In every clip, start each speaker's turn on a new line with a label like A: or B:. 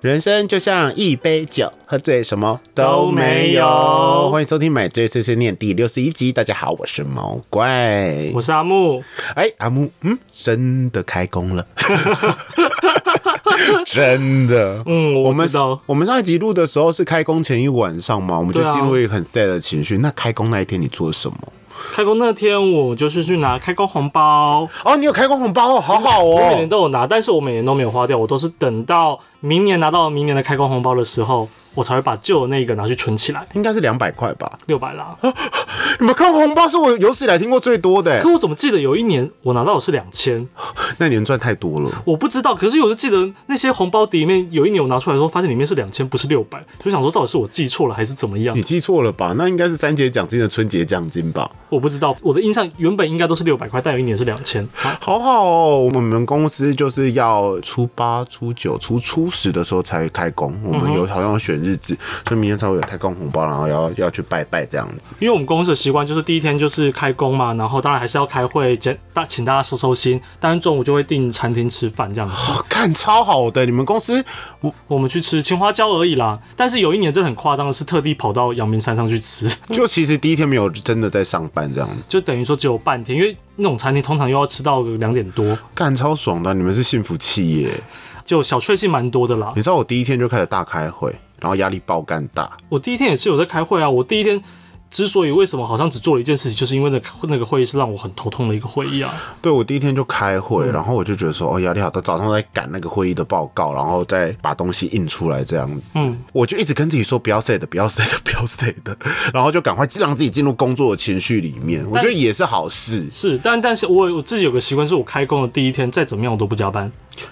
A: 人生就像一杯酒，喝醉什么
B: 都没有
A: 欢迎收听《买醉碎碎念》第六十一集。大家好，我是毛怪。
B: 我是阿木，
A: 哎，阿木，嗯，真的开工 了，真的。
B: 嗯，
A: 我
B: 我
A: 们
B: 知道，
A: 我们上一集录的时候是开工前一晚上嘛，我们就
B: 对啊
A: 进入一个很 sad 的情绪。那开工那一天你做了什么？
B: 开工那天我就是去拿开工红包，
A: 哦，你有开工红包哦，好好
B: 我每年
A: 哦。
B: 都有拿，但是我每年都没有花掉，我都是等到明年拿到明年的开工红包的时候，我才会把旧的那个拿去存起来，
A: 应该是两百块吧？
B: 六百啦。
A: 你们开工红包是我有史以来听过最多的、欸
B: 可我怎么记得有一年我拿到的是两千，
A: 那年赚太多了。
B: 我不知道，可是我就记得那些红包底里面有一年我拿出来的时候，发现里面是两千，不是六百，就想说到底是我记错了还是怎么样
A: 你，记错了吧？那应该是三节奖金的春节奖金吧？
B: 我不知道，我的印象原本应该都是六百块，但有一年是两千。好
A: 好好哦，我们公司就是要初八、初九、初初十的时候才开工，我们有好像要选日子，所以明天才会有开工红包，然后要要去拜拜这样子。
B: 因为我们公司的习惯就是第一天就是开工嘛，然后当然还是要开会，简大请大家收收心。但是中午就会订餐厅吃饭这样子，
A: 哦，看超好的，你们公司我
B: 我们去吃青花椒而已啦。但是有一年真的很夸张的是，特地跑到阳明山上去吃，
A: 就其实第一天没有真的在上班这样子，
B: 就等于说只有半天，因为那种餐厅通常又要吃到两点多，
A: 干超爽的，你们是幸福企业。
B: 就小确幸蛮多的啦。
A: 你知道我第一天就开始大开会，然后压力爆干大，
B: 我第一天也是有在开会啊，我第一天。之所以为什么好像只做了一件事情，就是因为那个那个会议是让我很头痛的一个会议啊。
A: 对我第一天就开会，然后我就觉得说，哦，压力好大，早上在赶那个会议的报告，然后再把东西印出来这样子。嗯，我就一直跟自己说不要 say 的，不要 say 的，不 要 say 的，然后就赶快让自己进入工作的情绪里面。我觉得也是好事
B: 是，但但是我我自己有个习惯，是我开工的第一天，再怎么样我都不加班，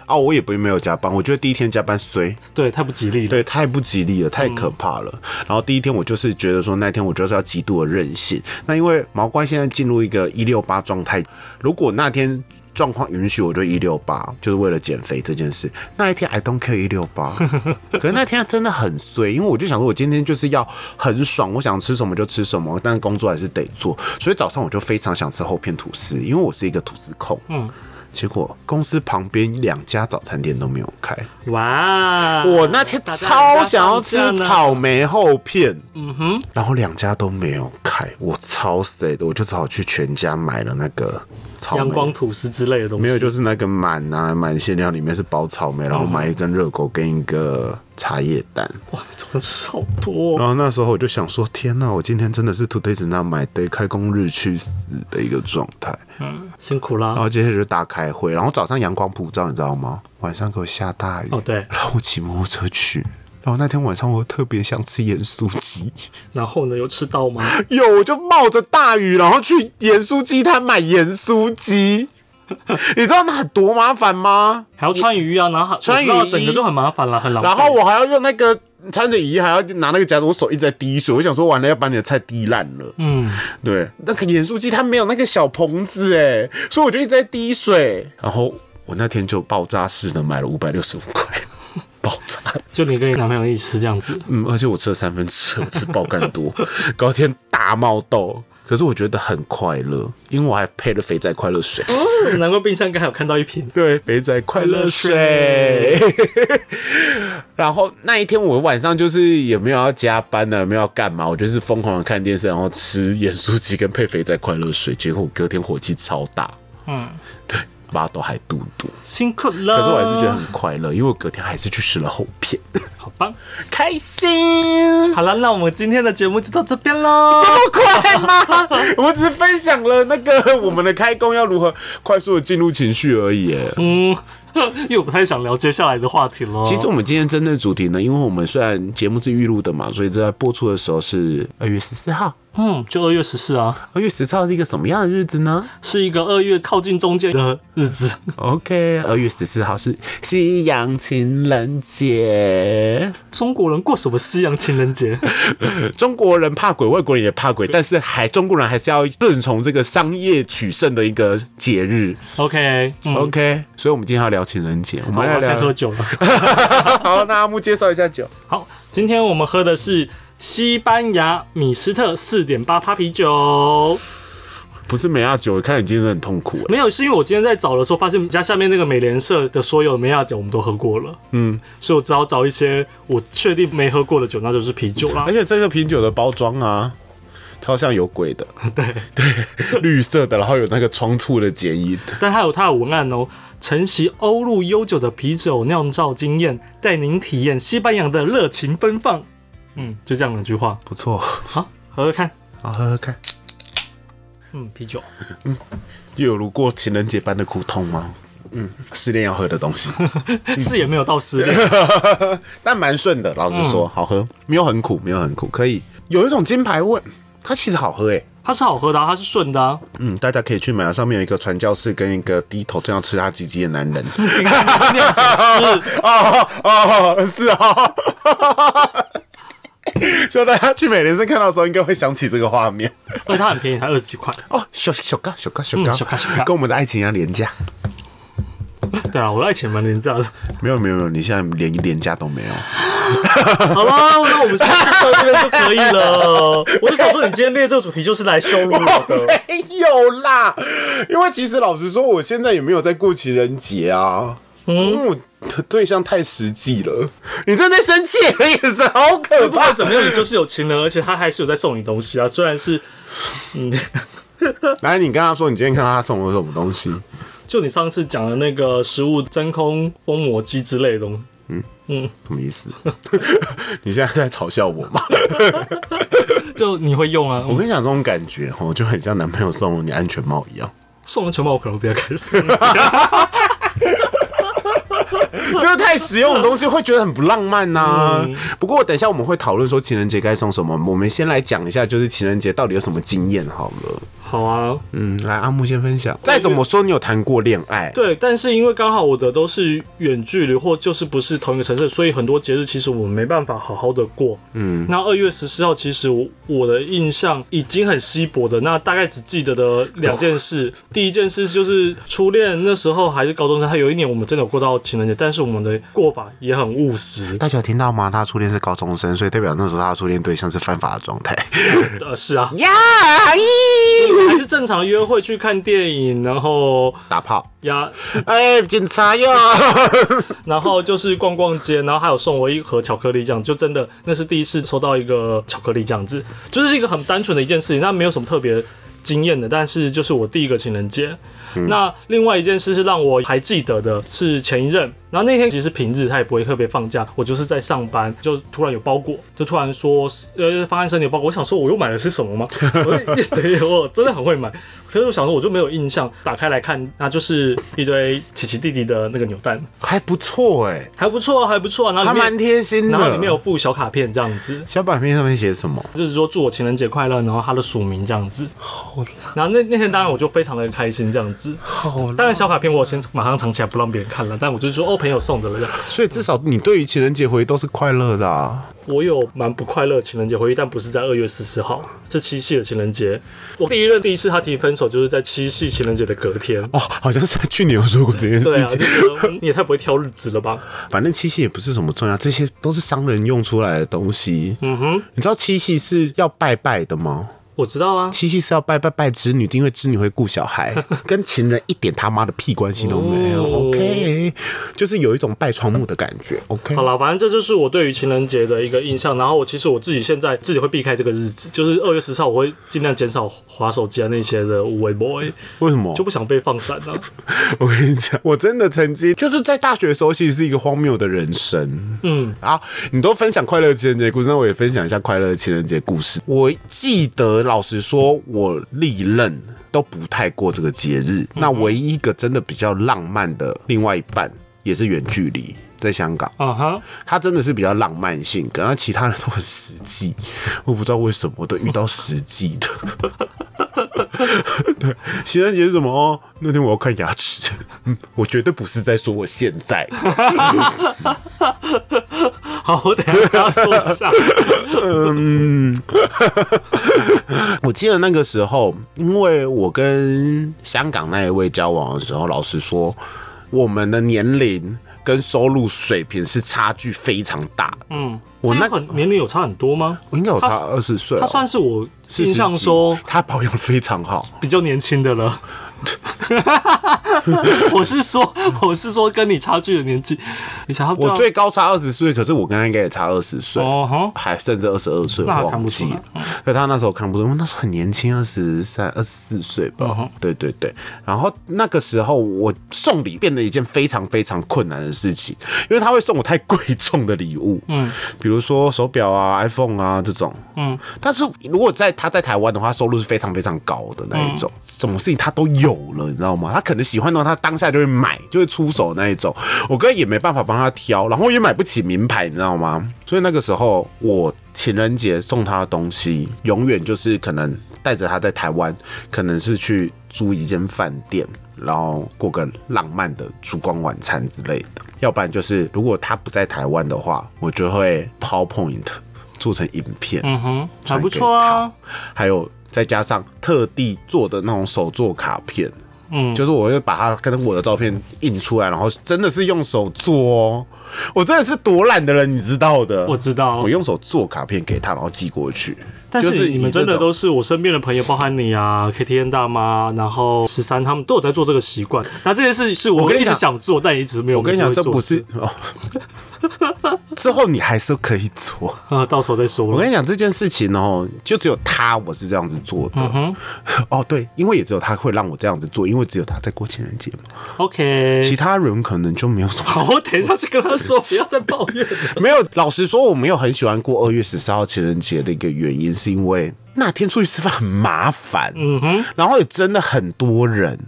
A: 啊，我也不没有加班，我觉得第一天加班衰，
B: 对，太不吉利了。
A: 对，太不吉利了，太可怕了。然后第一天我就是觉得说，那天我就是要极度的任性。那因为毛怪现在进入一个一六八状态，如果那天状况允许，我就一六八，就是为了减肥这件事。那一天 I don't care 一六八，可是那天真的很衰，因为我就想说，我今天就是要很爽，我想吃什么就吃什么，但工作还是得做，所以早上我就非常想吃厚片吐司，因为我是一个吐司控。嗯。结果公司旁边两家早餐店都没有开，
B: 哇！
A: 我那天超想要吃草莓厚片，嗯哼，然后两家都没有开，我超 sad 的，我就只好去全家买了那个草
B: 阳光
A: 莓。
B: 吐司之类的东西，
A: 没有，就是那个满啊，满馅料里面是包草莓，然后买一根热狗跟一个茶叶蛋。
B: 哇，你真的吃好多、哦。
A: 然后那时候我就想说，天呐，我今天真的是 today's not my day，开工日去死的一个状态。
B: 辛苦
A: 然
B: 啦。
A: 后接下来就大开会，然后早上阳光普照，你知道吗？晚上给我下大雨。
B: 哦对
A: 然后我骑摩托车去。然后那天晚上我特别想吃盐酥鸡，
B: 然后呢，有吃到吗？
A: 有我就冒着大雨，然后去盐酥鸡摊买盐酥鸡， 你知道那多麻烦吗？
B: 还要穿雨衣啊，然后还
A: 穿雨衣
B: 我知道整个就很麻烦了，很狼狈。
A: 然后我还要用那个穿着雨衣，还要拿那个夹子，我手一直在滴水，我想说完了要把你的菜滴烂了。嗯，对，那个盐酥鸡它没有那个小棚子哎，所以我就一直在滴水。然后我那天就爆炸式的买了五百六十五块， 爆炸。
B: 就你跟你男朋友一起吃这样 子，
A: 嗯，而且我吃了三分之 二，我吃爆干多，高天大冒痘。可是我觉得很快乐，因为我还配了肥仔快乐水。
B: 难怪冰箱刚才有看到一瓶。
A: 对，肥仔快乐水。然后那一天我晚上就是也没有要加班呢，也没有要干嘛，我就是疯狂的看电视，然后吃盐酥鸡跟配肥仔快乐水，结果我隔天火气超大。嗯，对，巴都还嘟嘟，
B: 辛苦了。
A: 可是我还是觉得很快乐，因为我隔天还是去吃了厚片，
B: 好棒。
A: 开心。
B: 好了，那我们今天的节目就到这边 喽。
A: 这么快吗？ 我只是分享了那个我们的开工要如何快速的进入情绪而已。哎
B: 嗯， 因为我不太想聊接下来的话题了。
A: 其实我们今天针对主题呢，因为我们虽然节目是预录的嘛，所以这在播出的时候是二月十四号。
B: 嗯，就二月十四啊，
A: 二月十四号是一个什么样的日子呢
B: 是一个二月靠近中间的日子。
A: ？OK，二月十四号是西洋情人节。
B: 中国人过什么西洋情人节？
A: 中国人怕鬼，外国人也怕鬼，但是还中国人还是要顺从这个商业取胜的一个节日。
B: OK，嗯，
A: OK，所以我们今天要聊情人节，我
B: 好，
A: 们
B: 我
A: 来
B: 要先喝
A: 聊。
B: 酒了。
A: 好，那阿木介绍一下酒。
B: 好，今天我们喝的是西班牙米斯特四点八趴啤酒，
A: 不是美亚酒，看来你今天真的很痛苦哎、
B: 没有，是因为我今天在找的时候发现，家下面那个美联社的所有梅亚酒我们都喝过了，嗯，所以我只好找一些我确定没喝过的酒，那就是啤酒啦
A: 而。且这个啤酒的包装啊，超像有鬼的， 对对，绿色的，然后有那个窗簇的剪影，
B: 但它有它的文案哦，承袭欧陆悠久的啤酒酿造经验，带您体验西班牙的热情奔放。嗯，就这样两句话，
A: 不错，
B: 好，喝喝看。
A: 好喝喝看，
B: 嗯，啤酒，
A: 又有如过情人节般的苦痛吗？嗯，失恋要喝的 东西，
B: 是也没有到失恋，
A: 但蛮顺的，老实说，好喝，没有很苦，没有很苦，可以有一种金牌味，它其实好喝诶、欸
B: 它是好喝的、啊，它是顺的、啊。
A: 嗯，大家可以去买啊，上面有一个传教士跟一个低头正要吃他鸡鸡的男人，哦哦，是哦。 希望大家去美联社看到的时候，应该会想起这个画面
B: 而且它很便宜，才二十几块。
A: 哦。小小嘎小嘎小
B: 嗯
A: 嘎
B: 小嘎小嘎
A: 跟我们的爱情一样廉价。
B: 对啊，我的爱情蛮廉价的。
A: 没有没有没有，你现在连廉价都没有。
B: 好啦，那我们先到这边就可以了。我就想说，你今天列这个主题就是来羞辱我的。
A: 没有啦，因为其实老实说，我现在也没有在过情人节啊。嗯，我的对象太实际了。你正在生气的眼神好可
B: 不
A: 怕
B: 管。怎么样，你就是有情人，而且他还是有在送你东西啊。虽然是，嗯，
A: 来，你跟他说你今天看到他送了什么东西？
B: 就你上次讲的那个食物真空封膜机之类的东西，
A: 什么意 思？你现在在嘲笑我 吗？
B: 就你会用啊。
A: 我
B: 我
A: 跟你讲，这种感觉哦，就很像男朋友送了你安全帽一 样，
B: 送人全帽，我可能会比较开心。
A: 就是太实用的东西会觉得很不浪漫呐、啊不过等一下我们会讨论说情人节该送什么，我们先来讲一下，就是情人节到底有什么经验好了。
B: 好啊，
A: 嗯，来阿木先分享。再怎么说，你有谈过恋爱？
B: 对，但是因为刚好我的都是远距离或就是不是同一个城市，所以很多节日其实我没办法好好的过。嗯，那二月十四号其实我我的印象已经很稀薄的，那大概只记得的两件事，第一件事就是初恋那时候还是高中生，他有一年我们真的有过到情人节，但是我们的过法也很务实。
A: 大家有听到吗？他初恋是高中生，所以代表那时候他的初恋对象是犯法的状态。
B: 呃，是啊，
A: 呀，
B: 还是正常的约会去看电影，然后
A: 打炮！
B: 呀，
A: 哎、警察哟！
B: 然后就是逛逛街，然后还有送我一盒巧克力酱，就真的那是第一次收到一个巧克力这样子，就是一个很单纯的一件事情，那没有什么特别惊艳的，但是就是我第一个情人节。那另外一件事是让我还记得的是前一任，然后那天其实平日他也不会特别放假，我就是在上班，就突然有包裹，就突然说呃发现身体有包裹，我想说我又买了些什么吗？我就 对，我真的很会买，可是我想说我就没有印象，打开来看，那就是一堆奇奇弟弟的那个扭蛋。
A: 还不错哎、
B: 还不错啊，还不错啊。然后
A: 他
B: 里
A: 蛮
B: 面，
A: 贴心的。
B: 然后里面有附小卡片这样子，
A: 小版面上面写什么？
B: 就是说祝我情人节快乐，然后他的署名这样子。然后那那天当然我就非常的开心这样子。
A: 好，
B: 当然小卡片我先马上藏起来不让别人看了，但我就是说哦朋友送的了。
A: 所以至少你对于情人节回忆都是快乐的、啊。
B: 我有蛮不快乐的情人节回忆，但不是在二月十四号，是七夕的情人节。我第一任第一次他提分手就是在七夕情人节的隔天。
A: 哦，好像是去年有说过这件
B: 对
A: 事
B: 啊，就
A: 情。
B: 觉得嗯你也太不会挑日子了吧？
A: 反正七夕也不是什么重要，这些都是商人用出来的东西。嗯哼，你知道七夕是要拜拜的吗？
B: 我知道啊，
A: 七夕是要拜拜拜织女，因为织女会顾小 孩，跟情人一点他妈的屁关系都没有。
B: 哦
A: OK，就是有一种拜窗木的感觉。OK，
B: 好啦，反正这就是我对于情人节的一个印象。然后我其实我自己现在自己会避开这个日子，就是二月十号，我会尽量减少划手机啊那些的无为 boy，
A: 为什么
B: 就？不想被放闪啊。
A: 我跟你讲，我真的曾经就是在大学的时候，其实是一个荒谬的人生。嗯，好，你都分享快乐情人节故事，那我也分享一下快乐情人节故事。我记得，老实说，我历任。都不太过这个节日。那唯一一个真的比较浪漫的另外一半，也是远距离，在香港。
B: 啊哈，
A: 他真的是比较浪漫性格，那其他人都很实际。 我不知道为什么我都遇到实际的。 对，情人节是什么？哦，那天我要看牙齿。 嗯，我绝对不是在说我现在。
B: 好，我等一下跟他说一下。
A: 我记得那个时候，因为我跟香港那一位交往的时候，老实说，我们的年龄跟收入水平是差距非常大。嗯， 我那
B: 他有很年龄有差很多吗？
A: 我应该有
B: 他
A: 差二十岁哦，
B: 他算是我
A: 40
B: 印象
A: 几
B: 中
A: 他保养得非常好，
B: 比较年轻的了。 我是说，我是说跟你差距的年纪，你想要不
A: 我
B: 要
A: 最高差二十岁，可是我跟他应该也差二十岁。
B: 啊哦哈，
A: 还甚至二十二岁，
B: 那他
A: 我
B: 看
A: 忘
B: 不哦
A: 记
B: 出来
A: 了。所以他那时候看不出，因为那时候很年轻，二十三、二十四岁吧
B: 嗯。哼
A: 对对对。然后那个时候，我送礼变得一件非常非常困难的事情，因为他会送我太贵重的礼物，嗯，比如说手表啊、iPhone 啊这种，嗯。但是如果在他在台湾的话，收入是非常非常高的那一种，
B: 嗯
A: 什么事情他都有了，你知道吗？他可能喜欢的话，他当下就会买，就会出手那一种。我哥也没办法帮他挑，然后也买不起名牌，你知道吗？所以那个时候我情人节送他的东西，永远就是可能带着他在台湾，可能是去租一间饭店，然后过个浪漫的烛光晚餐之类的。要不然就是如果他不在台湾的话，我就会 PowerPoint 做成影片，
B: 嗯哼，还不错啊。
A: 还有再加上特地做的那种手作卡片。嗯，就是我会把它跟我的照片印出来，然后真的是用手做哦。我真的是多懒的人，你知道的。
B: 我知道
A: 我用手做卡片给他，然后寄过去。
B: 但
A: 就是是
B: 你们
A: 以这
B: 真的
A: 种
B: 都是我身边的朋友，包含你啊、KTN 大妈，然后十三他们都有在做这个习惯。那这件事是我
A: 跟你
B: 一直
A: 讲
B: 想做，但一直没有
A: 我
B: 机
A: 跟
B: 会
A: 你讲，
B: 做。
A: 这不是哦。 之后你还是可以做。
B: 啊，到时候再说
A: 我
B: 了。
A: 跟你讲这件事情哦，就只有他我是这样子做的。
B: 嗯
A: 哦，对，因为也只有他会让我这样子做，因为只有他在过情人节嘛，其
B: OK，
A: 他人可能就没有什么。
B: 好，我等一下去跟他说，不要再抱怨了。
A: 没有，老实说，我没有很喜欢过二月十四号情人节的一个原因，是因为那天出去吃饭很麻烦，嗯哼，然后也真的很多人。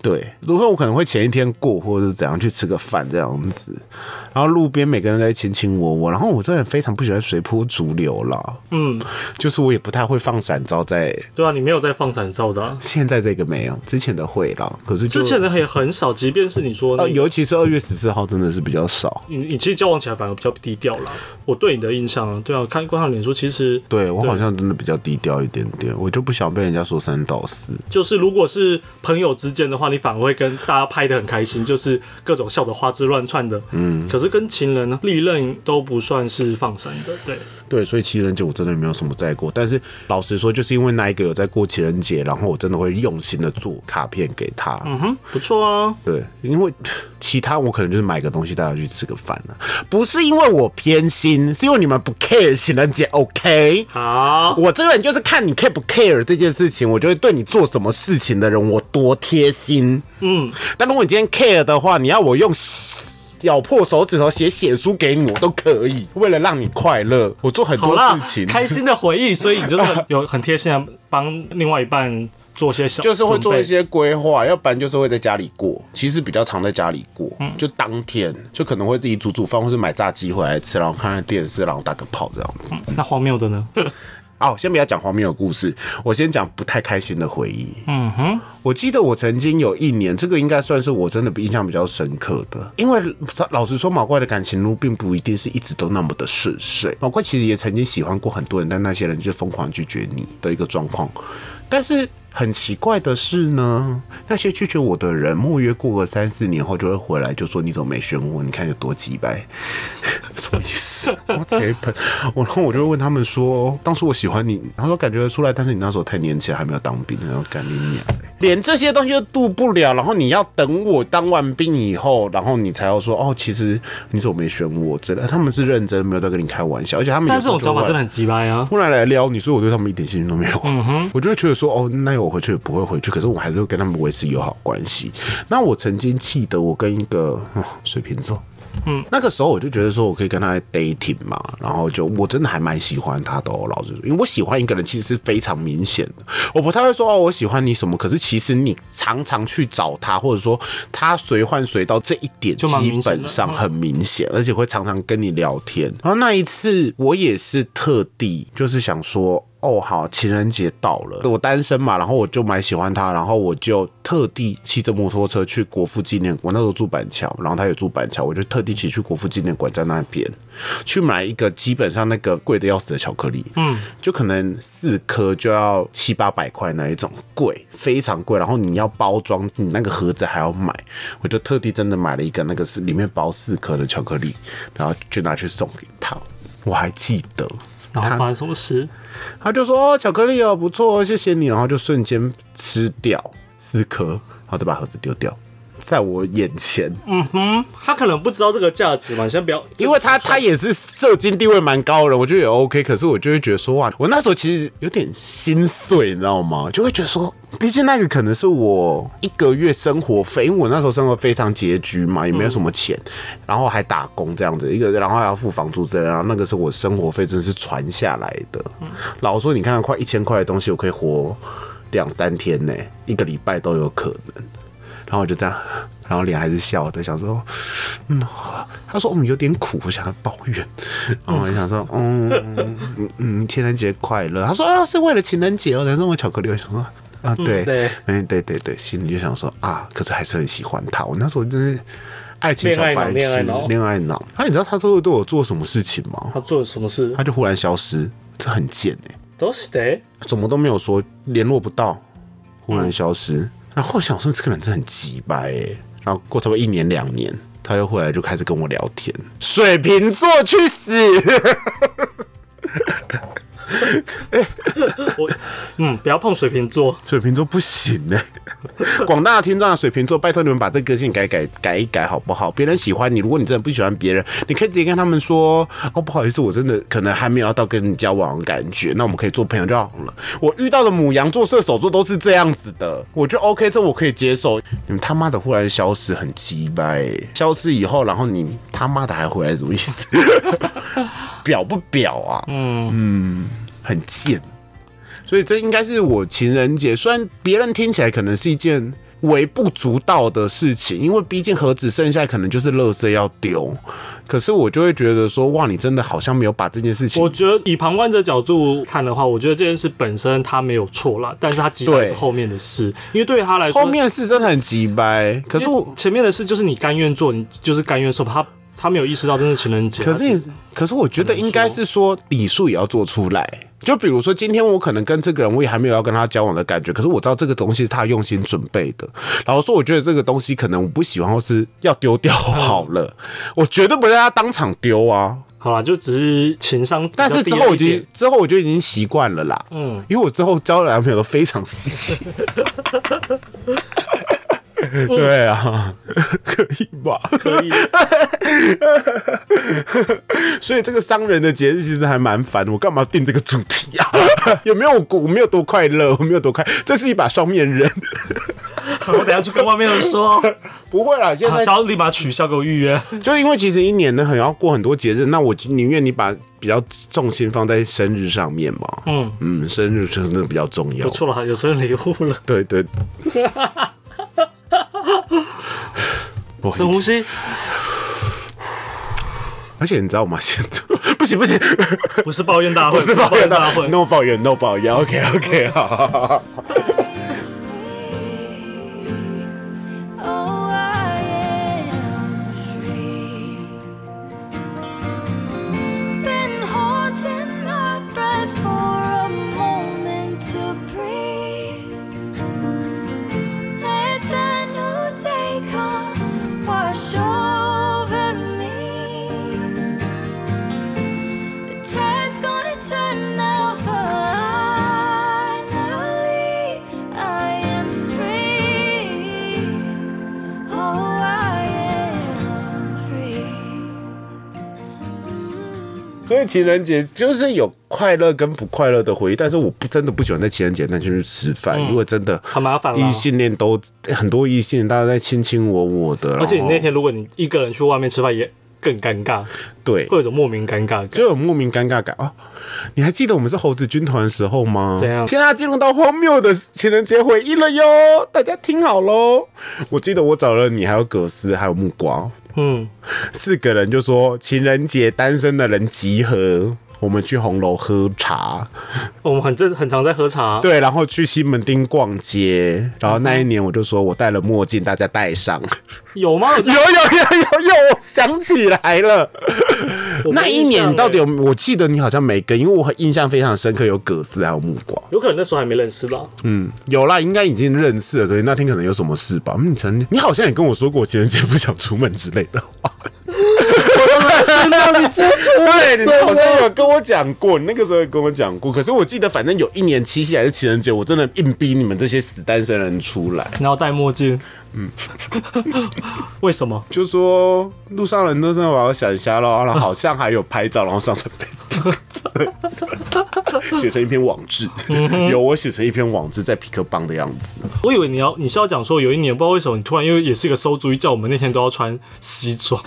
A: 对，如果我可能会前一天过，或者是怎样去吃个饭这样子，然后路边每个人都在卿卿我我，然后我这人非常不喜欢随波逐流啦，嗯，就是我也不太会放闪招在，
B: 对啊，你没有在放展照的啊、
A: 现在这个没有，之前的会啦，可是就
B: 之前的也很少，即便是你说那
A: 呃，
B: 个
A: 尤其是二月十四号真的是比较少，
B: 你你其实交往起来反而比较低调啦。我对你的印象啊，对啊，看观察脸书，其实
A: 对我好像真的比较低调一点点，我就不想被人家说三道四。
B: 就是如果是朋友之间的话，你反而会跟大家拍的很开心，就是各种笑得花枝乱窜的。嗯，可是跟情人呢，历任都不算是放闪的，对。
A: 对，所以情人节我真的没有什么在过，但是老实说，就是因为那一个有在过情人节，然后我真的会用心的做卡片给他。
B: 嗯哼，不错啊，
A: 对，因为其他我可能就是买个东西带他去吃个饭啊，不是因为我偏心，是因为你们不 care 情人节，OK？
B: 好，
A: 我这个人就是看你 care 不 care 这件事情，我就会对你做什么事情的人，我多贴心。嗯，但如果你今天 care 的话，你要我用咬破手指头写写书给你，我都可以。为了让你快乐，我做很
B: 好
A: 多
B: 啦
A: 事，情，
B: 开心的回忆，所以你就是很有很贴心的帮另外一半做些小，
A: 就是会做一
B: 准备。
A: 些规划，要不然就是会在家里过。其实比较常在家里过，
B: 嗯
A: 就当天就可能会自己煮煮饭，或是买炸鸡回来吃，然后看看电视，然后打个炮这样子。
B: 那荒谬的呢？
A: 哦，先不要讲荒谬的故事，我先讲不太开心的回忆。嗯哼，我记得我曾经有一年，这个应该算是我真的印象比较深刻的，因为老实说，毛怪的感情路并不一定是一直都那么的顺遂。毛怪其实也曾经喜欢过很多人，但那些人就疯狂拒绝你的一个状况。但是很奇怪的是呢，那些拒绝我的人，莫约过个三四年后就会回来，就说你怎么没选我？你看有多鸡掰。什么意 思？我贼喷！我然后我就问他们说，当初我喜欢你，他说感觉得出来，但是你那时候太年轻，还没有当兵，然后干你娘嘞！连这些东西都渡不了，然后你要等我当完兵以后，然后你才要说哦，其实你怎么没选我之类的。他们是认真，没有在跟你开玩笑，而且他们
B: 但
A: 有
B: 这
A: 时候
B: 种讲
A: 就
B: 法
A: 会
B: 真的很鸡掰啊！
A: 突然来撩你，所以我对他们一点兴趣都没有。嗯哼， 我就会觉得说，哦，那我回去也不会回去，可是我还是会跟他们维持友好关系。那我曾经记得，我跟一个、嗯水瓶座。嗯，那个时候我就觉得说，我可以跟他 dating 嘛，然后就我真的还蛮喜欢他的、哦，老实说，因为我喜欢一个人其实是非常明显的，我不太会说哦，我喜欢你什么，可是其实你常常去找他，或者说他随换随到这一点，
B: 就蛮
A: 基
B: 明显的
A: 本上很明显，而且会常常跟你聊天。然后那一次我也是特地就是想说。哦，好，情人节到了，我单身嘛，然后我就蛮喜欢他，然后我就特地骑着摩托车去国父纪念馆，那时候住板桥，然后他也住板桥，我就特地骑去国父纪念馆在那边去买一个基本上那个贵的要死的巧克力，嗯，就可能四颗就要七八百块那一种，贵，非常贵，然后你要包装，你那个盒子还要买，我就特地真的买了一个那个是里面包四颗的巧克力，然后就拿去送给他，我还记得。
B: 然后发生什么事？
A: 他就说、哦、巧克力哦不错哦，谢谢你，然后就瞬间吃掉四颗，然后再把盒子丢掉，在我眼前，
B: 他可能不知道这个价值嘛，你先不要，
A: 因为他他也是社经地位蛮高的人，我觉得也 OK，可是我就会觉得说哇，我那时候其实有点心碎，你知道吗？就会觉得说，毕竟那个可能是我一个月生活费，因为我那时候生活非常拮据嘛，也没有什么钱，然后还打工这样子，一个然后还要付房租之类的，然后那个是我生活费真的是传下来的。老实说，你看快一千块的东西，我可以活两三天呢、一个礼拜都有可能。然后我就这样，然后脸还是笑的，想说，嗯，他说我们有点苦，我想要抱怨，然 后我就想说，嗯嗯嗯，情人节快乐。他说啊，是为了情人节哦，才送我巧克力。我想说。啊，对，
B: 对
A: 嗯，对对对，心里就想说啊，可是还是很喜欢他。我那时候真是爱情小
B: 恋爱脑
A: 白
B: 恋爱
A: 痴
B: 脑，
A: 恋爱脑。啊他、你知道他最后对我做什么事情吗？
B: 他做了什 么事？
A: 他就忽然消失，这很贱哎、
B: 都是的，
A: 什么都没有说，联络不到，忽然消失。然后我想说这个人真的很鸡掰哎、然后过差不多一年两年，他又回来就开始跟我聊天。水瓶座去死！
B: 我嗯，不要碰水瓶座，
A: 水瓶座不行哎、 广大听众的啊水瓶座，拜托你们把这个性改改改一改好不好？别人喜欢你，如果你真的不喜欢别人，你可以直接跟他们说：“哦，不好意思，我真的可能还没有要到跟你交往的感觉，那我们可以做朋友就好了。”我遇到的母羊座、射手座都是这样子的，我觉得 OK，这我可以接受。你们他妈的忽然消失，很鸡掰欸、消失以后，然后你他妈的还回来，什么意思？表不表啊？嗯很贱。所以这应该是我情人节，虽然别人听起来可能是一件微不足道的事情，因为毕竟盒子剩下可能就是垃圾要丢，可是我就会觉得说，哇，你真的好像没有把这件事情
B: 我觉得以旁观者角度看的话，我觉得这件事本身他没有错啦，但是他急的
A: 对
B: 是后面的事，因为对他来说，
A: 后面的事真的很急掰，可是我。
B: 前面的事就是你甘愿做，你就是甘愿受，他他没有意识到这是情人节，啊
A: 可是
B: 他
A: 你，可是我觉得应该是说礼数也要做出来。就比如说，今天我可能跟这个人，我也还没有要跟他交往的感觉，可是我知道这个东西是他用心准备的。然后说，我觉得这个东西可能我不喜欢，或是要丢掉好了，我绝对不会让他当场丢啊。
B: 好啦，就只是情商，
A: 但是之后我就之后我就已经习惯了啦，嗯，因为我之后交的男朋友都非常细心。对啊， 可以吧？
B: 可以，
A: 所以这个商人的节日其实还蛮烦，我干嘛定这个主题 啊？有没有我没有多快乐，我没有多快，这是一把双面人。
B: 我等一下去跟外面人说，
A: 不会啦，现在
B: 然后立马取消给我预约。
A: 就是因为其实一年呢很要过很多节日，那我宁愿你把比较重心放在生日上面嘛。嗯嗯，生日真的比较重要
B: 不。错了，有生日礼物了，
A: 对 对。不好
B: 深
A: 意
B: 呼
A: 思
B: 吸。
A: 而且你知道吗？现在不行不 行，
B: 不是抱怨大 会，
A: 不是抱怨
B: 大
A: 大
B: 会
A: 会。，no 抱怨，no 抱怨，OK OK，好好好好。
C: Oh, I am free. Been holding my breath for a moment to breathe. Let the new day come, wash over me. The tide's gonna turn now. Finally, I am free. Oh, I am free. Mm.
A: 所以情人节就是有快乐跟不快乐的回忆，但是我不真的不喜欢在情人节那天去吃饭，因为真的
B: 嗯很麻烦啦
A: 异性恋都很多异性，大家在卿卿我我的，
B: 而且你
A: 然后
B: 那天如果你一个人去外面吃饭，也更尴尬，
A: 对
B: 会。有一种莫名尴尬感。
A: 就有莫名尴尬感哦。你还记得我们是猴子军团的时候吗？
B: 怎样
A: 现在要进入到荒谬的情人节回忆了哟，大家听好喽。我记得我找了你，还有葛斯，还有木瓜，
B: 嗯，
A: 四个人就说情人节单身的人集合。我们去红楼喝茶，
B: 我们很这很常在喝茶，
A: 对，然后去西门町逛街，然后那一年我就说我戴了墨镜，大家戴上。
B: 有吗？我
A: 有有有有有，我想起来了，
B: 我没
A: 那一
B: 印象
A: 年到底有
B: 欸？？
A: 我记得你好像没跟，因为我印象非常深刻，有葛斯还有木瓜。
B: 有可能那时候还没认识吧。
A: 有啦，应该已经认识了，可是那天可能有什么事吧。嗯，曾你好像也跟我说过情人节不想出门之类的话。
B: 是那你接触
A: 对，你好像有跟我讲过，你那个时候有跟我讲过。可是我记得，反正有一年七夕还是情人节，我真的硬逼你们这些死单身人出来，
B: 然后戴墨镜，嗯，为什么？
A: 就说路上人都是把我想瞎了，然后好像还有拍照，然后上传 Facebook 之类的写成一篇网志。
B: 嗯
A: 有我写成一篇网志在匹克邦的样子。
B: 我以为你要你是要讲说有一年不知道为什么你突然因为也是一个馊主意，叫我们那天都要穿西装。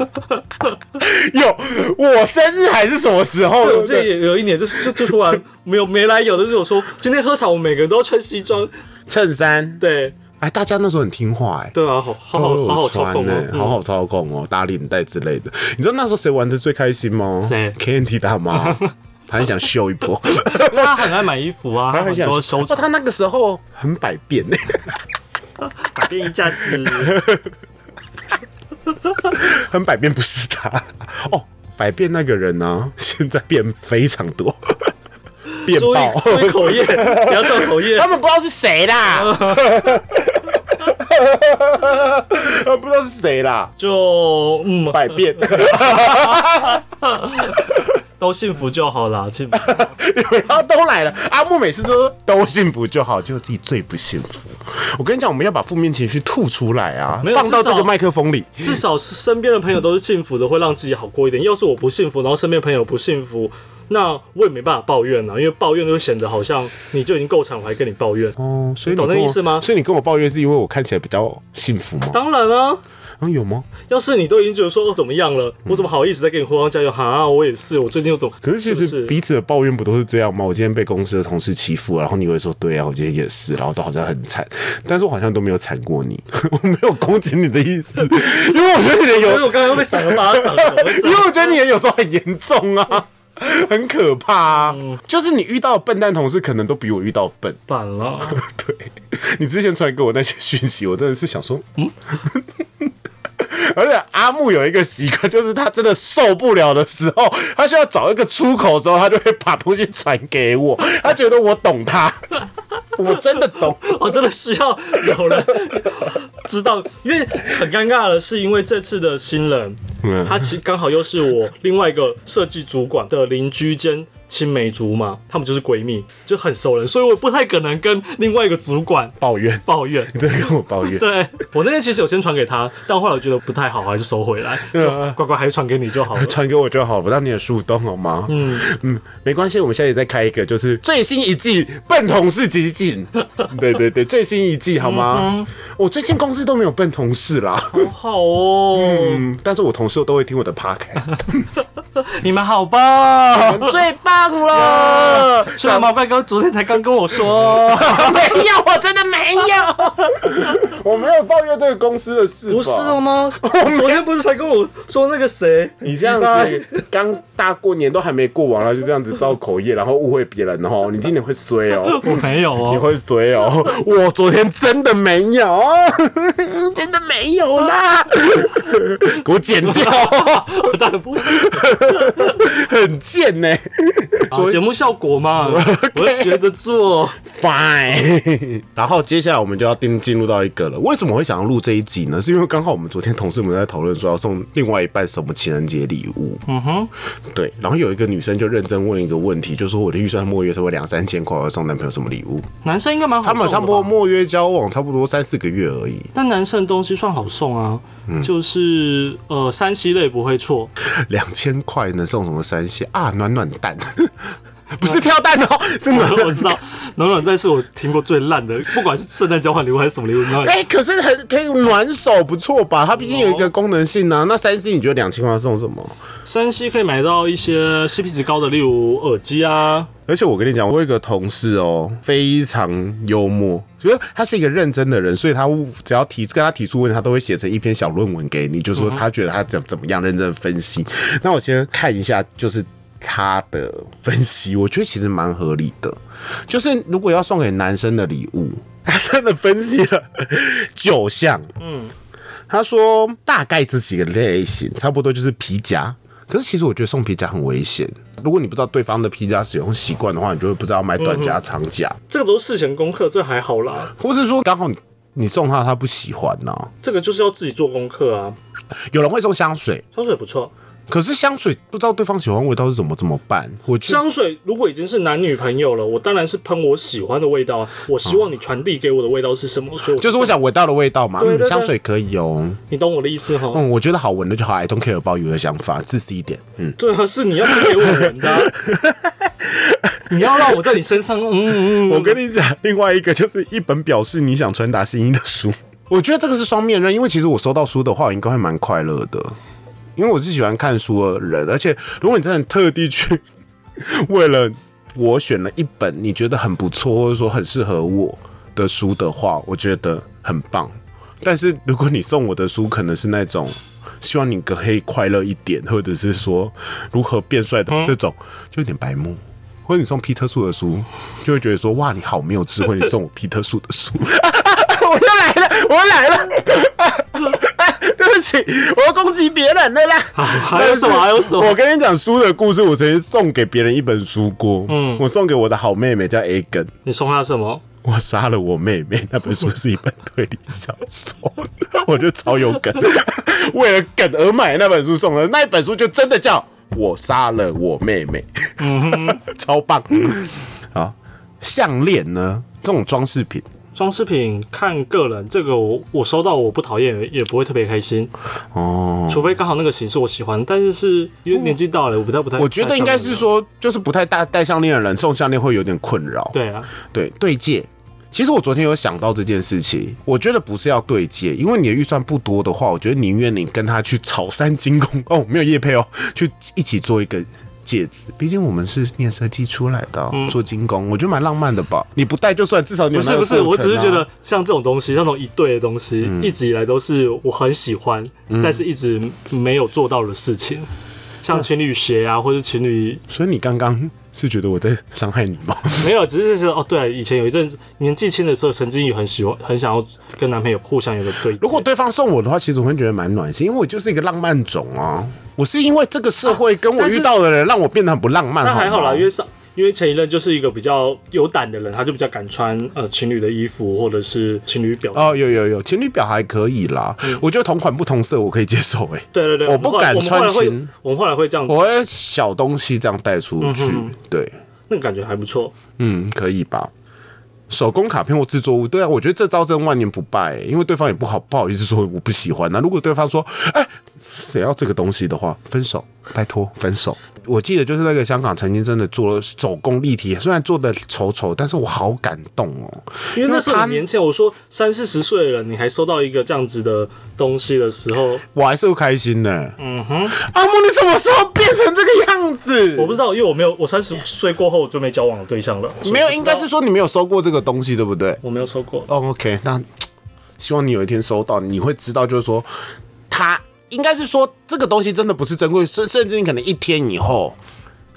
A: 有我生日还是什么时候？
B: 对，我
A: 不
B: 记得也有一年就是就就突然没有没来由的，就是我说今天喝茶，我们每个人都要穿西装。
A: 衬衫。
B: 对
A: 哎，大家那时候很听话哎、
B: 对啊，好好
A: 都
B: 好
A: 有
B: 好好
A: 穿
B: 操控
A: 欸
B: 哦，
A: 好好操控哦，打领带之类的。你知道那时候谁玩的最开心吗？
B: 谁
A: ？KNT 大 妈，她很想秀一波，
B: 嗯他很爱买衣服啊，
A: 她很
B: 很
A: 想
B: 多收
A: 哦，她那个时候很百变，
B: 改变一下子。
A: 很百变不是她 哦，百变那个人呢、现在变非常多， 变
B: 注意
A: 爆，
B: 注意口业，不要造口业
A: 他。们不知道是谁啦。 他们不知道是谁啦，
B: 就嗯，
A: 百变，
B: 都幸福就好啦，幸福。
A: 然后都来了。阿木每次都说都幸福就好，结果自己最不幸福。我跟你讲，我们要把负面情绪吐出来啊
B: 没，有
A: 放到
B: 至少
A: 这个麦克风里。
B: 至少是身边的朋友都是幸福的，会让自己好过一点。要是我不幸福，然后身边朋友不幸福，那我也没办法抱怨啊了，因为抱怨就会显得好像你就已经够惨，我还跟你抱怨。
A: 哦，所以你
B: 懂那
A: 跟我
B: 意思吗
A: 所以你跟我抱怨是因为我看起来比较幸福吗？
B: 当然啊，
A: 嗯，有吗？
B: 要是你都已经觉得说、哦、怎么样了，我怎么好意思再跟你互相加油？哈、我也是，我最近又怎么？
A: 可是其
B: 不
A: 实彼此的抱怨不都是这样吗？我今天被公司的同事欺负了，然后你会说对啊，我今天也是，然后都好像很惨，但是我好像都没有惨过你， 我没有攻击你的意思，因为我觉得你的
B: 可是
A: 有，
B: 我刚刚又被赏了巴掌了，我真
A: 因
B: 的
A: 为我觉得你的有时候很严重啊，很可怕啊，就是你遇到的笨蛋同事可能都比我遇到笨，
B: 反了。
A: 对你之前传给我那些讯息，我真的是想说，嗯。 而且阿木有一个习惯，就是他真的受不了的时候，他需要找一个出口的时候，他就会把东西传给我。他觉得我懂他， 我真的懂。
B: 我哦真的需要有人知道，因为很尴尬的是，因为这次的新人，他其刚好又是我另外一个设计主管的邻居兼青梅竹马，她们就是闺蜜，就很熟人，所以我不太可能跟另外一个主管
A: 抱怨，
B: 抱怨
A: 你。在跟我抱怨。
B: 对我那天其实有先传给他，但后来我觉得不太好，还是收回来，就乖乖还是传给你就好了。
A: 传给我就好，不让你的树洞好吗？嗯嗯，没关系，我们下集再开一个，就是最新一季《笨同事集锦》。对对对，最新一季好吗？我最近公司都没有笨同事啦。
B: 好哦，
A: 嗯，但是我同事都会听我的 podcast，
B: 你们好棒！
A: 最棒了！
B: 虽然毛怪哥昨天才刚跟我说，
A: 没有，我真的没有， 我没有抱怨这个公司的事。
B: 不是哦了？吗？昨天不是才跟 我说那个谁？
A: 你这样子，刚大过年都还没过完，然后就这样子造口业，然后误会别人哦，你今年会衰 哦。
B: 我没有
A: 你
B: 哦，
A: 会衰哦！我昨天真的没有， 真的没有啦， 给我剪掉，
B: 我当然不会。
A: 很贱呢、
B: 啊节目效果 嘛，我学着做。
A: Fine。然 后接下来我们就要进进入到一个了。为什么会想要录这一集呢？是因为刚好我们昨天同事们在讨论说要送另外一半什么情人节礼物。嗯哼，对。然后有一个女生就认真问一个问题，就说我的预算莫约差不多两三千块，我要送男朋友什么礼物？
B: 男生应该蛮好
A: 他
B: 送的
A: 们
B: 吧
A: 差不多，莫约交往差不多三四个月而已，
B: 但男生的东西算好送啊，就是呃三 C 类不会 错，
A: 两千块能送什么三星啊？暖暖蛋。 不是跳蛋哦，是暖
B: 我知道暖暖蛋是我听过最烂的，不管是圣诞交换礼物还是什么礼物，暖暖
A: 哎、可是很可以暖手，不错吧？它毕竟有一个功能性啊。那三星你觉得两千块送什么？
B: 三 C 可以买到一些 CP 值高的，例如耳机啊，
A: 而且我跟你讲，我有一个同事哦，非常幽默，就是他是一个认真的人，所以他只要提跟他提出问题，他都会写成一篇小论文给你，就说他觉得他怎怎么样认真分析。那我先看一下，就是。咖的分析，我觉得其实蛮合理的。就是如果要送给男生的礼物， 他真的分析了九项，嗯，他说大概这几个类型，差不多就是皮夹。可是其实我觉得送皮夹很危险，如果你不知道对方的皮夹使用习惯的话，你就会不知道买短夹、长夹，
B: 这个都是事前功课，这还好啦，
A: 或是说刚好你你送他他不喜欢呐、
B: 这个就是要自己做功课啊。
A: 有人会送香水，
B: 香水不错，
A: 可是香水不知道对方喜欢味道是怎么怎么办？我觉得
B: 香水如果已经是男女朋友了，我当然是喷我喜欢的味道啊，我希望你传递给我的味道是什么，所以
A: 哦
B: 我
A: 就是我想闻到的味道嘛。
B: 对对
A: 嗯，
B: 对
A: 香水可以哦。
B: 你懂我的意思哈？
A: 嗯，我觉得好闻的就好，I don't care about you 的想法，自私一点。嗯，
B: 对啊，是你要喷给我闻的啊、 你要让我在你身上，嗯嗯嗯，
A: 我跟你讲，另外一个就是一本表示你想传达心意的书。我觉得这个是双面刃，因为其实我收到书的话，我应该会蛮快乐的，因为我是喜欢看书的人，而且如果你真的特地去 为了我选了一本你觉得很不错，或者说很适合我的书的话，我觉得很棒。但是如果你送我的书可能是那种希望你可以快乐一点，或者是说如何变帅的这种，就有点白目。或者你送皮特树的书，就会觉得说哇，你好没有智慧，你送我皮特树的书。我又来了，我又来了。 哎对不起，我要攻击别人的啦。
B: 啊还有什么还有什么
A: 我跟你讲书的故事，我曾经送给别人一本书过。嗯，我送给我的好妹妹叫 A 根，
B: 你送他什么？
A: 我杀了我妹妹那本书是一本推理小说，我觉得超有 梗，为了梗而买那本书送的，那一本书就真的叫我杀了我妹妹，
B: 嗯
A: 超棒。好，项链呢？这种装饰品
B: 装饰品看个人，这个我我收到我不讨厌，也不会特别开心，
A: 哦，
B: 除非刚好那个型是我喜欢，但是是因为年纪到了，我不太不太，
A: 我觉得应该是说，就是不太戴戴项链的人送项链会有点困扰。
B: 不太想买了，对
A: 对
B: 啊，
A: 对戒。其实我昨天有想到这件事情，我觉得不是要对戒，因为你的预算不多的话，我觉得宁愿你跟他去草山精工哦，没有叶配哦， 去一起做一个戒指。毕竟我们是念设计出来的哦、做精工，我觉得蛮浪漫的吧。你不戴就算，至少你有
B: 嗯不
A: 那
B: 是
A: 个
B: 不是，
A: 过
B: 我
A: 程
B: 只是
A: 啊嗯
B: 觉得像这种东西，像这种一对的东西，一直以来都是我很喜欢，但是一直没有做到的事情，
A: 嗯
B: 像情侣鞋啊，或是情侣
A: 所以你刚刚是觉得我在伤害你吗？
B: 没有，只是觉得哦，对，以前有一阵子年纪轻的时候，曾经也很喜欢，很想要跟男朋友互相有个对接。
A: 如果对方送我的话，其实我会觉得蛮暖心，因为我就是一个浪漫种啊。我是因为这个社会跟我
B: 但是
A: 遇到的人，让我变得很不浪漫。
B: 那还好
A: 吗
B: 啦，因为上因为前一任就是一个比较有胆的人，他就比较敢穿呃情侣的衣服或者是情侣表
A: 哦，有有有，情侣表还可以啦，我觉得同款不同色我可以接受、欸，
B: 嗯对对对，
A: 我不敢
B: 们后来
A: 穿
B: 我们后来会
A: 情，
B: 我们后来会这样，
A: 我会小东西这样带出
B: 嗯
A: 去，对，
B: 那个感觉还不错。
A: 嗯，可以吧？手工卡片或制作物，对啊，我觉得这招真万年不败欸、因为对方也不好不好意思说我不喜欢那、啊如果对方说，哎、谁要这个东西的话，分手，拜托分手。我记得就是那个香港曾经真的做了手工立体，虽然做的丑丑，但是我好感动哦、
B: 因为那时候
A: 他
B: 很年轻，我说三四十岁的人，你还收到一个这样子的东西的时候，
A: 我还是会开心呢、嗯哼，阿木，你什么时候变成这个样子？
B: 我不知道，因为我没有，我三十岁过后我就没交往的对象了，
A: 没有，
B: 所以
A: 应
B: 不知道
A: 该是说你没有收过这个东西，对不对？
B: 我没有收过。
A: 哦、o k 那希望你有一天收到，你会知道，就是说，它应该是说这个东西真的不是珍贵，甚甚至你可能一天以后，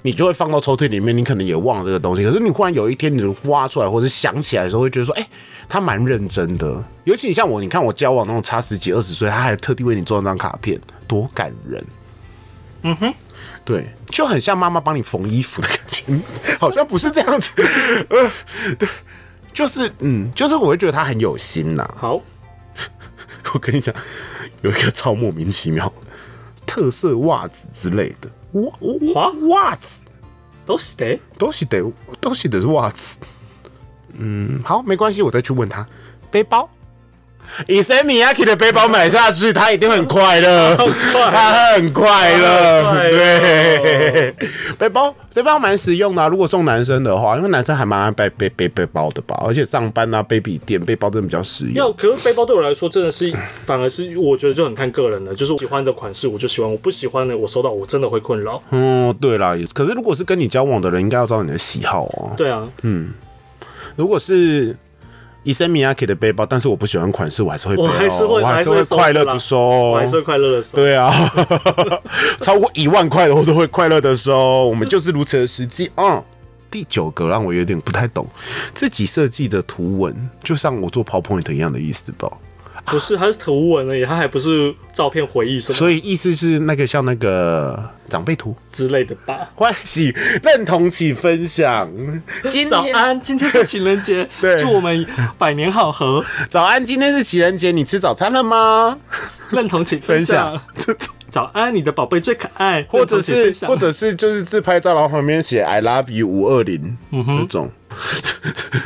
A: 你就会放到抽屉里面，你可能也忘了这个东西。可是你忽然有一天你挖出来，或者想起来的时候，会觉得说，哎、他蛮认真的。尤其你像我，你看我交往那种差十几二十岁，他还特地为你做那张卡片，多感人。嗯对，就很像妈妈帮你缝衣服的感觉， 嗯好像不是这样子。呃，对，就是嗯，就是我会觉得他很有心呐、
B: 好，
A: 我跟你讲，有一个超莫名其妙的特色袜子之类的，袜袜袜子
B: 都是的。
A: 都是得都是得是袜子。嗯，好，没关系，我再去问他。背包。以 Samiyaki 的背包买下去，他一定很快 乐，他很快
B: 他很快
A: 乐。
B: 乐哦
A: 对， 背包背包蛮实用的啊、如果送男生的话，因为男生还蛮爱背背背背包的吧，而且上班啊、背笔电、背包真的比较实用。
B: 要可是背包对我来说真的是，反而是我觉得就很看个人了，就是我喜欢的款式我就喜欢，我不喜欢的我收到我真的会困扰。
A: 嗯，对啦，可是如果是嗯
B: 啊
A: 跟你交往的人，应该要知道你的喜好哦。
B: 对啊，
A: 如果是伊森米亚 i 的背包，但是我不喜欢款式，我还是会背、哦，
B: 我还是会
A: 我还是
B: 我
A: 会
B: 还是会
A: 快乐
B: 收啦
A: 的收，哦
B: 我还是会快乐的收。
A: 对啊， 超过一万块的我都会快乐的收，我们就是如此的实际。 嗯，第九个让我有点不太懂，自己设计的图文就像我做 PowerPoint 一样的意思吧？
B: 不是，它是图文而已，它还不是照片回忆什么
A: 所以意思是那个像那个长辈图，
B: 之类的吧。
A: 欢喜认同起分享。今
B: 早
A: 天
B: 安，今天是情人节
A: 对，
B: 祝我们百年好合，
A: 早安，今天是情人节，你吃早餐了 吗？
B: 认同请分享。 早安，你的宝贝最可爱，
A: 或者
B: 认同请
A: 是
B: 分享
A: 或者是就是自拍照，然后旁边写 “I love you 五二零”
B: 嗯
A: 这 种。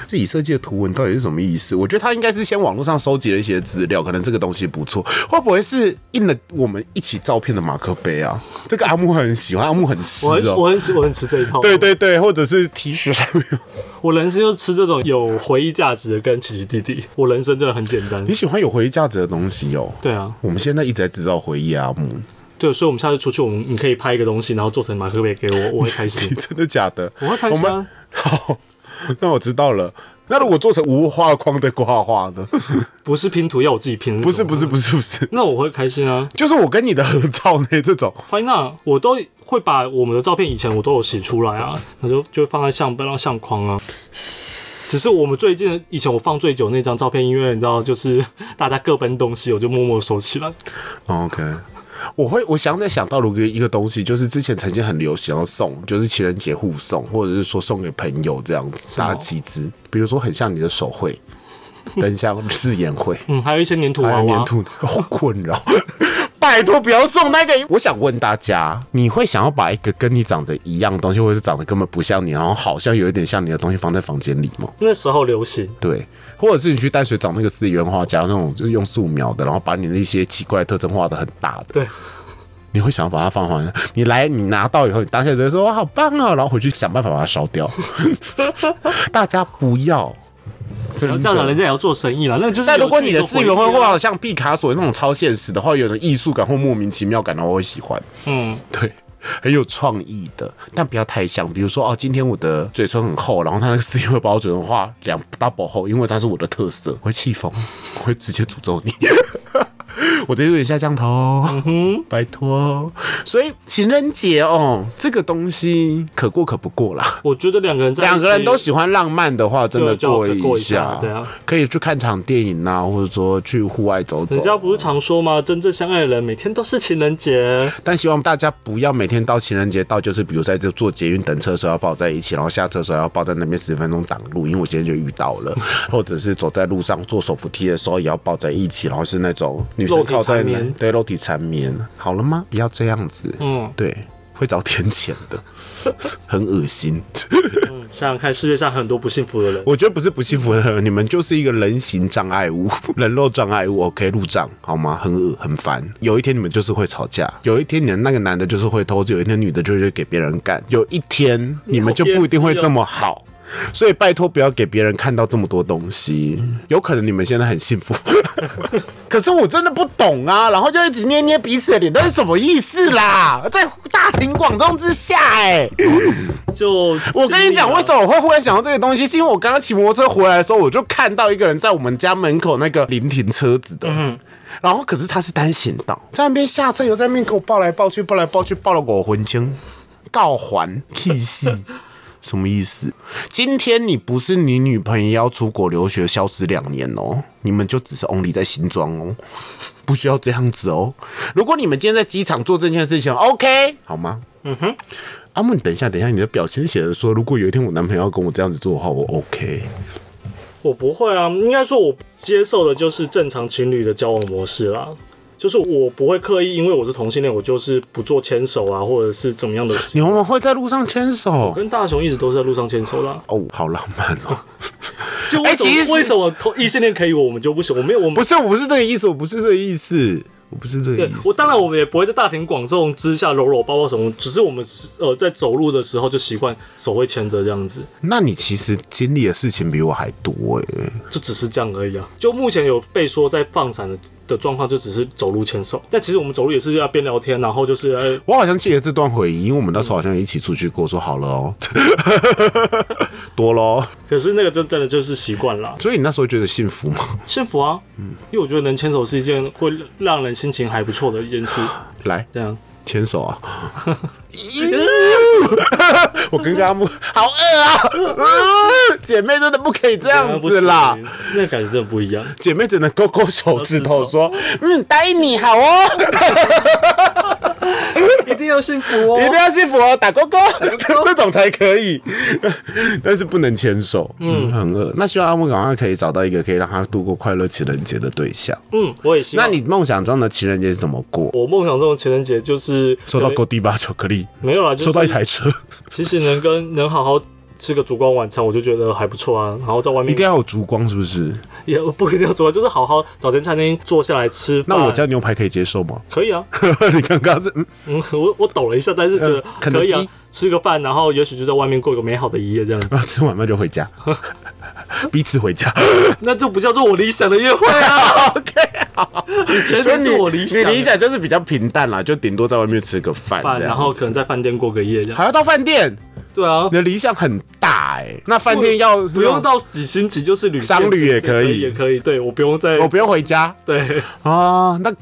A: 自己设计的图文到底是什么意思？我觉得他应该是先网络上收集了一些资料，可能这个东西不错，会不会是印了我们一起照片的马克杯啊？这个阿木很喜欢，阿木很吃
B: 我很
A: 哦。
B: 嗯我很我很吃这一套，
A: 对，对对，或者是 T 恤上面有，
B: 我人生就吃这种有回忆价值的跟奇奇弟弟， 我人生真的很简单
A: 你。喜欢有回忆价值的东西哦。
B: 对啊，
A: 我们现在一直在制造回忆啊，阿木，。
B: 对，所以我们下次出去，我们你可以拍一个东西，然后做成马克杯给我，我会开心
A: 真的假的？
B: 我会开心啊
A: 们好， 那我知道了。那如果做成无画框的挂画呢？
B: 不是拼图，要我自己拼。
A: 不是不是，不是不是，
B: 那我会开心啊。
A: 就是我跟你的合照呢这种。
B: 欢娜，我都会把我们的照片以前我都有写出来啊，那就就放在相本让相框啊。只是我们最近以前我放最久那张照片，因为你知道，就是 大家各奔东西，我就默默收起来。
A: OK，我会我想在想到如果一个东西，就是之前曾经很流行要送，就是情人节互送，或者是说送给朋友这样子，
B: 么
A: 大家集资，比如说很像你的手绘，很像誓言绘，
B: 嗯，还有一些粘土
A: 还
B: 娃
A: 有
B: 娃
A: 粘，土，好困扰。 拜托，不要送那个！我想问大家，你会想要把一个跟你长得一样的东西，或者是长得根本不像你，然后好像有一点像你的东西放在房间里吗？
B: 那时候流行。
A: 对，或者是你去淡水找那个四元画家，那种就是用素描的，然后把你的一些奇怪的特征画的很大的，
B: 对，
A: 你会想要把它放回来。你来，你拿到以后，你当下就会说哇好棒哦，然后回去想办法把它烧掉。 大家不要，
B: 然后
A: 真
B: 这样讲，
A: 的
B: 人。家也要做生意了。那就是
A: 但如果
B: 有
A: 你
B: 趣
A: 的
B: 做
A: 四
B: 回忆
A: 元绘
B: 啊
A: 画像毕卡索那种超现实的话，有点艺术感或莫名其妙感的话，我会喜欢。
B: 嗯，
A: 对，很有创意的，但不要太像。比如说，哦，今天我的嘴唇很厚，然后他那个司机会把我嘴唇画两 double 厚，因为它是我的特色，我会气疯， 我会直接诅咒你。 我的有点下降头，拜托。所以情人节哦，这个东西可过可不过啦。
B: 我觉得两个人在一起
A: 两个人都喜欢浪漫的话，真的
B: 对就
A: 过
B: 可以过一
A: 下
B: 下，对啊，
A: 可以去看场电影啊，或者说去户外走走
B: 人。家不是常说吗？真正相爱的人每天都是情人节。
A: 但希望大家不要每天到情人节到，就是比如在这坐捷运等车的时候要抱在一起，然后下车的时候要抱在那边十分钟挡路，因为我今天就遇到 了，或者是走在路上坐手扶梯的时候也要抱在一起，然后是那种女生
B: 肉体
A: 靠在
B: 缠
A: 那
B: 绵
A: 对肉体缠绵，好了吗？不要这样子，
B: 嗯，
A: 对，会遭天谴的， 很恶心。
B: 想想看，世界上很多不幸福的人。
A: 我觉得不是不幸福的人，你们就是一个人形障碍物、 人肉障碍物。OK，路障好吗？很恶很烦。有一天你们就是会吵架，有一天你的那个男的就是会偷吃，有一天女的就是给别人干，有一天你们就不一定会这么好。所以拜托不要给别人看到这么多东西，有可能你们现在很幸福， 可是我真的不懂啊，然后就一直捏捏彼此的脸，那是什么意思啦？在大庭广众之下、哎。
B: 就啊
A: 我跟你讲，为
B: 么？
A: 什么我会忽然想到这个东西，是因为我刚刚骑摩托车回来的时候，我就看到一个人在我们家门口那个临停车子的。然后可是他是单行道，在那边下车以后，在那边给我抱来抱去，抱来抱去，抱了我魂经，告还气息，什么意思？今天你不是你女朋友要出国留学消失两年哦，你们就只是 only 在新庄哦，不需要这样子哦。如果你们今天在机场做这件事情，OK 好吗？阿啊木，你等一下，等一下，你的表情写的说，如果有一天我男朋友要跟我这样子做的话，我 OK。
B: 我不会啊，应该说我接受的就是正常情侣的交往模式啦。就是我不会刻意，因为我是同性恋，我就是不做牵手啊，或者是怎么样的事。
A: 你们会在路上牵手？
B: 跟大雄一直都是在路上牵手啦。哎
A: 哦，好浪漫哦！
B: 就为什么、
A: 其实
B: 为什么同异性恋可以我，我们就不行？我没有，我们
A: 不是，我不是这个意思，我不是这个意思，我不是这个
B: 对
A: 意思。
B: 我当然我们也不会在大庭广众之下搂搂抱抱什么，只是我们是呃在走路的时候就习惯手会牵着这样子，
A: 那你其实经历的事情比我还多诶。欸
B: 就只是这样而已啊。就目前有被说在放闪的的状况就只是走路牵手，但其实我们走路也是要边聊天，然后就是呃
A: 我好像记得这段回忆，因为我们那时候好像一起出去过，说好了哦， 多喽。
B: 可是那个真真的就是习惯了，
A: 所以你那时候觉得幸福吗？
B: 幸福啊，
A: 嗯
B: 因为我觉得能牵手是一件会让人心情还不错的一件事，
A: 来
B: 这样。
A: 牵手 啊！我跟阿木好饿啊！啊 姐妹真的不可以这样子 啦，
B: 不行，那感觉真的不一样。
A: 姐妹只能勾勾手指头 说：“嗯，答应你好哦，
B: 一定要幸福
A: 一定要幸福 哦，打勾勾， 这种才可以。”但是不能牵手，嗯，很饿。那希望阿木赶快可以找到一个可以让他度过快乐情人节的对象。
B: 嗯，我也希
A: 那
B: 望。
A: 你梦想中的情人节是怎么过？
B: 我梦想中的情人节就是
A: 收到 g o d i v 巧克力，
B: 没有啦，就是
A: 收到一台车，
B: 其实能跟能好好吃个烛光晚餐，我就觉得还不错啊。然后在外
A: 一
B: 面
A: 定要有烛光，是不是？
B: 也不一定要烛光，就是好好早间餐厅坐下来吃饭。
A: 那我家牛排可以接受吗？
B: 可以啊，
A: 你刚刚是嗯，
B: 嗯，我我抖了一下，但是觉得
A: 嗯肯德
B: 可以啊
A: 基，
B: 吃个饭，然后也许就在外面过个美好的一夜这样子，
A: 然后吃完饭就回家， 彼此回家。
B: 那就不叫做我理想的约会啊。
A: OK，好，
B: 以前
A: 所以
B: 那
A: 你
B: 是我理想的，
A: 你理想就是比较平淡啦，就顶多在外面吃个饭
B: 饭，
A: 这样子，
B: 然后可能在饭店过个夜这样。
A: 还要到饭店。
B: 对啊
A: 你，的理想很大哎、那饭店要
B: 不用，到几星级，就是旅店
A: 商旅也
B: 对
A: 可以
B: 也可以。对我不用再
A: 哦我不用回家
B: 对，
A: 哦。那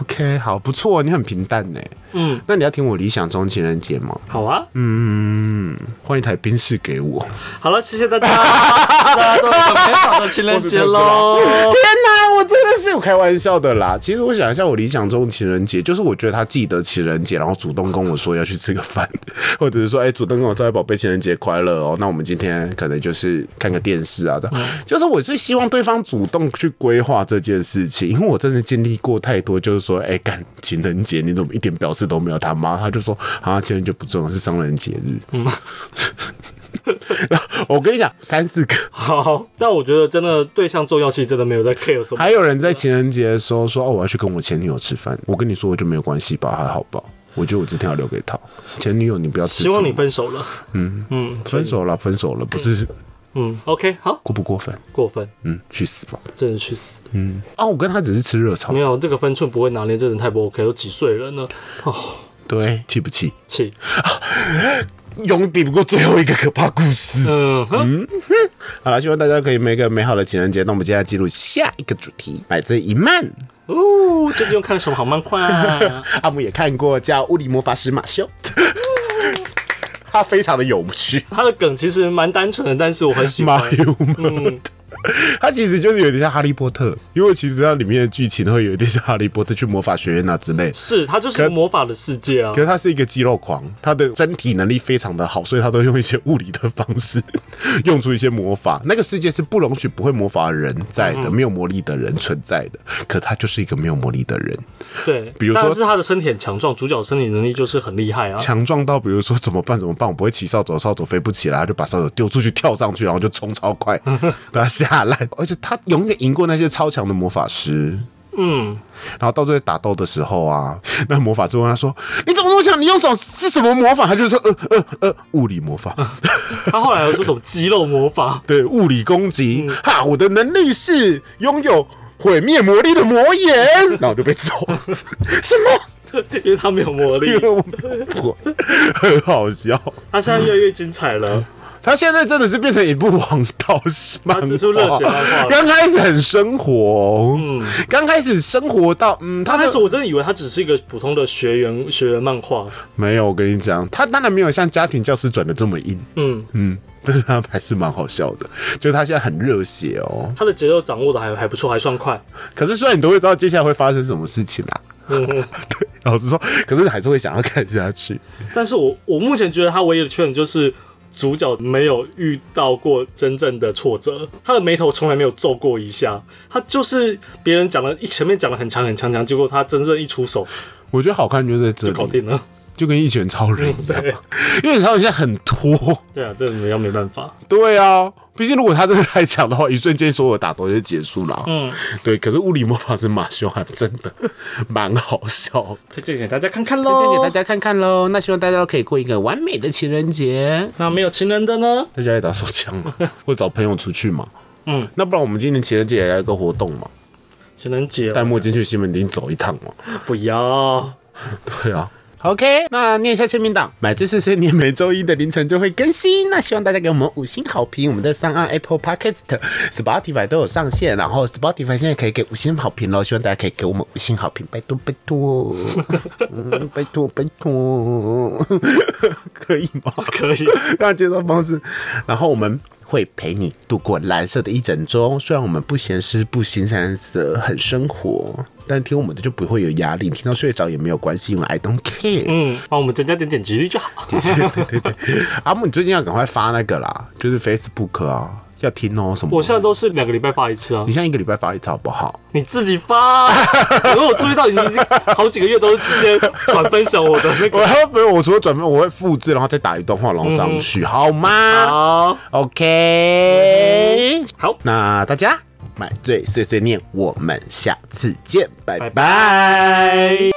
A: OK，好，不错，你很平淡呢、
B: 嗯，
A: 那你要听我理想中情人节吗？
B: 好啊，
A: 嗯，换一台宾士给我。
B: 好了，谢 谢大家，大家都有个美好的情人节喽。
A: 天哪，我真的是有开玩笑的啦。其实我想一下，我理想中的情人节就是我觉得他记得情人节，然后主动跟我说要去吃个饭， 或者是说，哎、主动跟我说，哎，宝贝，情人节快乐哦。那我们今天可能就是看个电视啊，这样。就是我是希望对方主动去规划这件事情，因为我真的经历过太多，就是说，哎、干情人节你怎么一点表示都没有？他妈，他就说啊，情人节不重要，是商人节日。嗯。 然后我跟你讲，三四个。
B: 好，但我觉得真的对象重要性真的没有在 care 什么。
A: 还有人在情人节的时候说：“哦，我要去跟我前女友吃饭。”我跟你说，我就没有关系吧，还好吧。我觉得我这天要留给她。前女友，你不要吃醋。
B: 希望你分手了。
A: 嗯分手了，分手了，不是
B: 嗯，OK，好，
A: 过不过分？
B: 过分，
A: 嗯，去死吧！
B: 真的去死！
A: 哦，我跟他只是吃热炒
B: 没，有这个分寸不会拿捏，这人太不 OK，都几岁人了呢？哦，
A: 对，气不 气？
B: 气，
A: 永比不过最后一个可怕故事。
B: 嗯哼，
A: 好了，希望大家可以每个美好的情人节。那我们接下来进入下一个主题，《百这一漫》。
B: 哦，最近又看了什么好漫画、 啊？
A: 阿姆也看过，叫《物理魔法师马修》， 他非常的有趣。
B: 他的梗其实蛮单纯的，但是我很喜欢。
A: 马油们，嗯它其实就是有点像哈利波特，因为其实它里面的剧情会有点像哈利波特去魔法学院啊之类。
B: 是，他就是个魔法的世界啊
A: 可。是他是一个肌肉狂，他的身体能力非常的好，所以他都用一些物理的方式，用出一些魔法。那个世界是不容许不会魔法的人在的，没有魔力的人存在的。可他就是一个没有魔力的人，
B: 对，
A: 比如说
B: 但是他的身体很强壮，主角身体能力就是很厉害啊。
A: 强壮到比如说怎么办怎么办，我不会骑扫帚，扫帚飞不起来，他就把扫帚丢出去，跳上去，然后就冲超快，把他吓烂。而且他永远赢过那些超强的魔法师。
B: 嗯，
A: 然后到最后打斗的时候啊， 那魔法师问他说：“你怎么那么强？你用手是什么魔法？”他就说：“呃呃呃，物理魔法， ，
B: 他后来有说什么肌肉魔法
A: 对，物理攻击。
B: 嗯
A: 哈，我的能力是拥有毁灭魔力的魔眼。” 然后我就被揍，什么？
B: 因为他没有魔 力
A: 因。为我我很好笑。
B: 他现在越来越精彩
A: 嗯
B: 了。
A: 他现在真的是变成一部王道漫
B: 他只是热血漫画
A: 画，
B: 了
A: 刚开始很生活，嗯，刚开始生活到嗯，他
B: 刚
A: 的
B: 开始我真的以为他只是一个普通的学员学员漫画，
A: 没有，我跟你讲，他当然没有像家庭教师转的这么硬，
B: 嗯
A: 嗯， 但是他还是蛮好笑的，就是他现在很热血哦。
B: 他的节奏掌握的还还不错，还算快。
A: 可是虽然你都会知道接下来会发生什么事情啦、
B: 嗯，
A: 对，老实说，可是还是会想要看下去。
B: 但是我我目前觉得他唯一的缺点就是主角没有遇到过真正的挫折，他的眉头从来没有皱过一下。他就是别人讲了一前面讲的很强很强强，结果他真正一出手
A: 我觉得好看就在这
B: 就搞
A: 里，
B: 定了。
A: 就跟一拳超人一样，因为超人现在很拖。
B: 对啊，这没要没办法。
A: 对啊，毕竟如果他真的太强的话，一瞬间所有打斗就结束了。啊
B: 嗯，
A: 对。可是物理魔法师马修还真的蛮好笑的
B: 推荐给大家看看
A: 推荐给大
B: 喽。
A: 家看看喽。那希望大家都可以过一个完美的情人节。
B: 那没有情人的呢？
A: 在家里打 手枪嘛，或找朋友出去嘛。
B: 嗯，
A: 那不然我们今年情人节也来一个活动嘛？
B: 情人节
A: 戴墨镜去西门町走一趟嘛。
B: 不要。
A: 对啊。OK，那念一下签名档，买醉碎碎念每周一的凌晨就会更新。那希望大家给我们五星好评，我们在上岸 Apple Podcast、Spotify 都有上线，然后 Spotify 现在可以给五星好评喽，希望大家可以给我们五星好评，拜托拜 托，嗯拜托拜托， 可以吗？
B: 可 以。
A: 那介绍方式，然后我们。会陪你度过蓝色的一整周。虽然我们不咸湿、不新三色，很生活，但听我们的就不会有压力。听到睡着也没有关系，因为 I don't care。
B: 嗯，帮我们增加点点击率就好。
A: 对对对，阿木，你最近要赶快发那个啦，就是 Facebook 啊，要听哦什么。
B: 我现在都是两个礼拜发一次啊
A: 你，现在一个礼拜发一次好不好？
B: 你自己 发、啊。如果我注意到你已经好几个月都是直接转分享我的那
A: 我
B: 个，
A: 还没有，我除了转发，我会复制，然后再打一段话，然后上去，好吗
B: 嗯好，
A: ？OK，
B: 好，
A: 那大家买醉碎碎念，我们下次见，拜
B: 拜
A: 拜
B: 拜。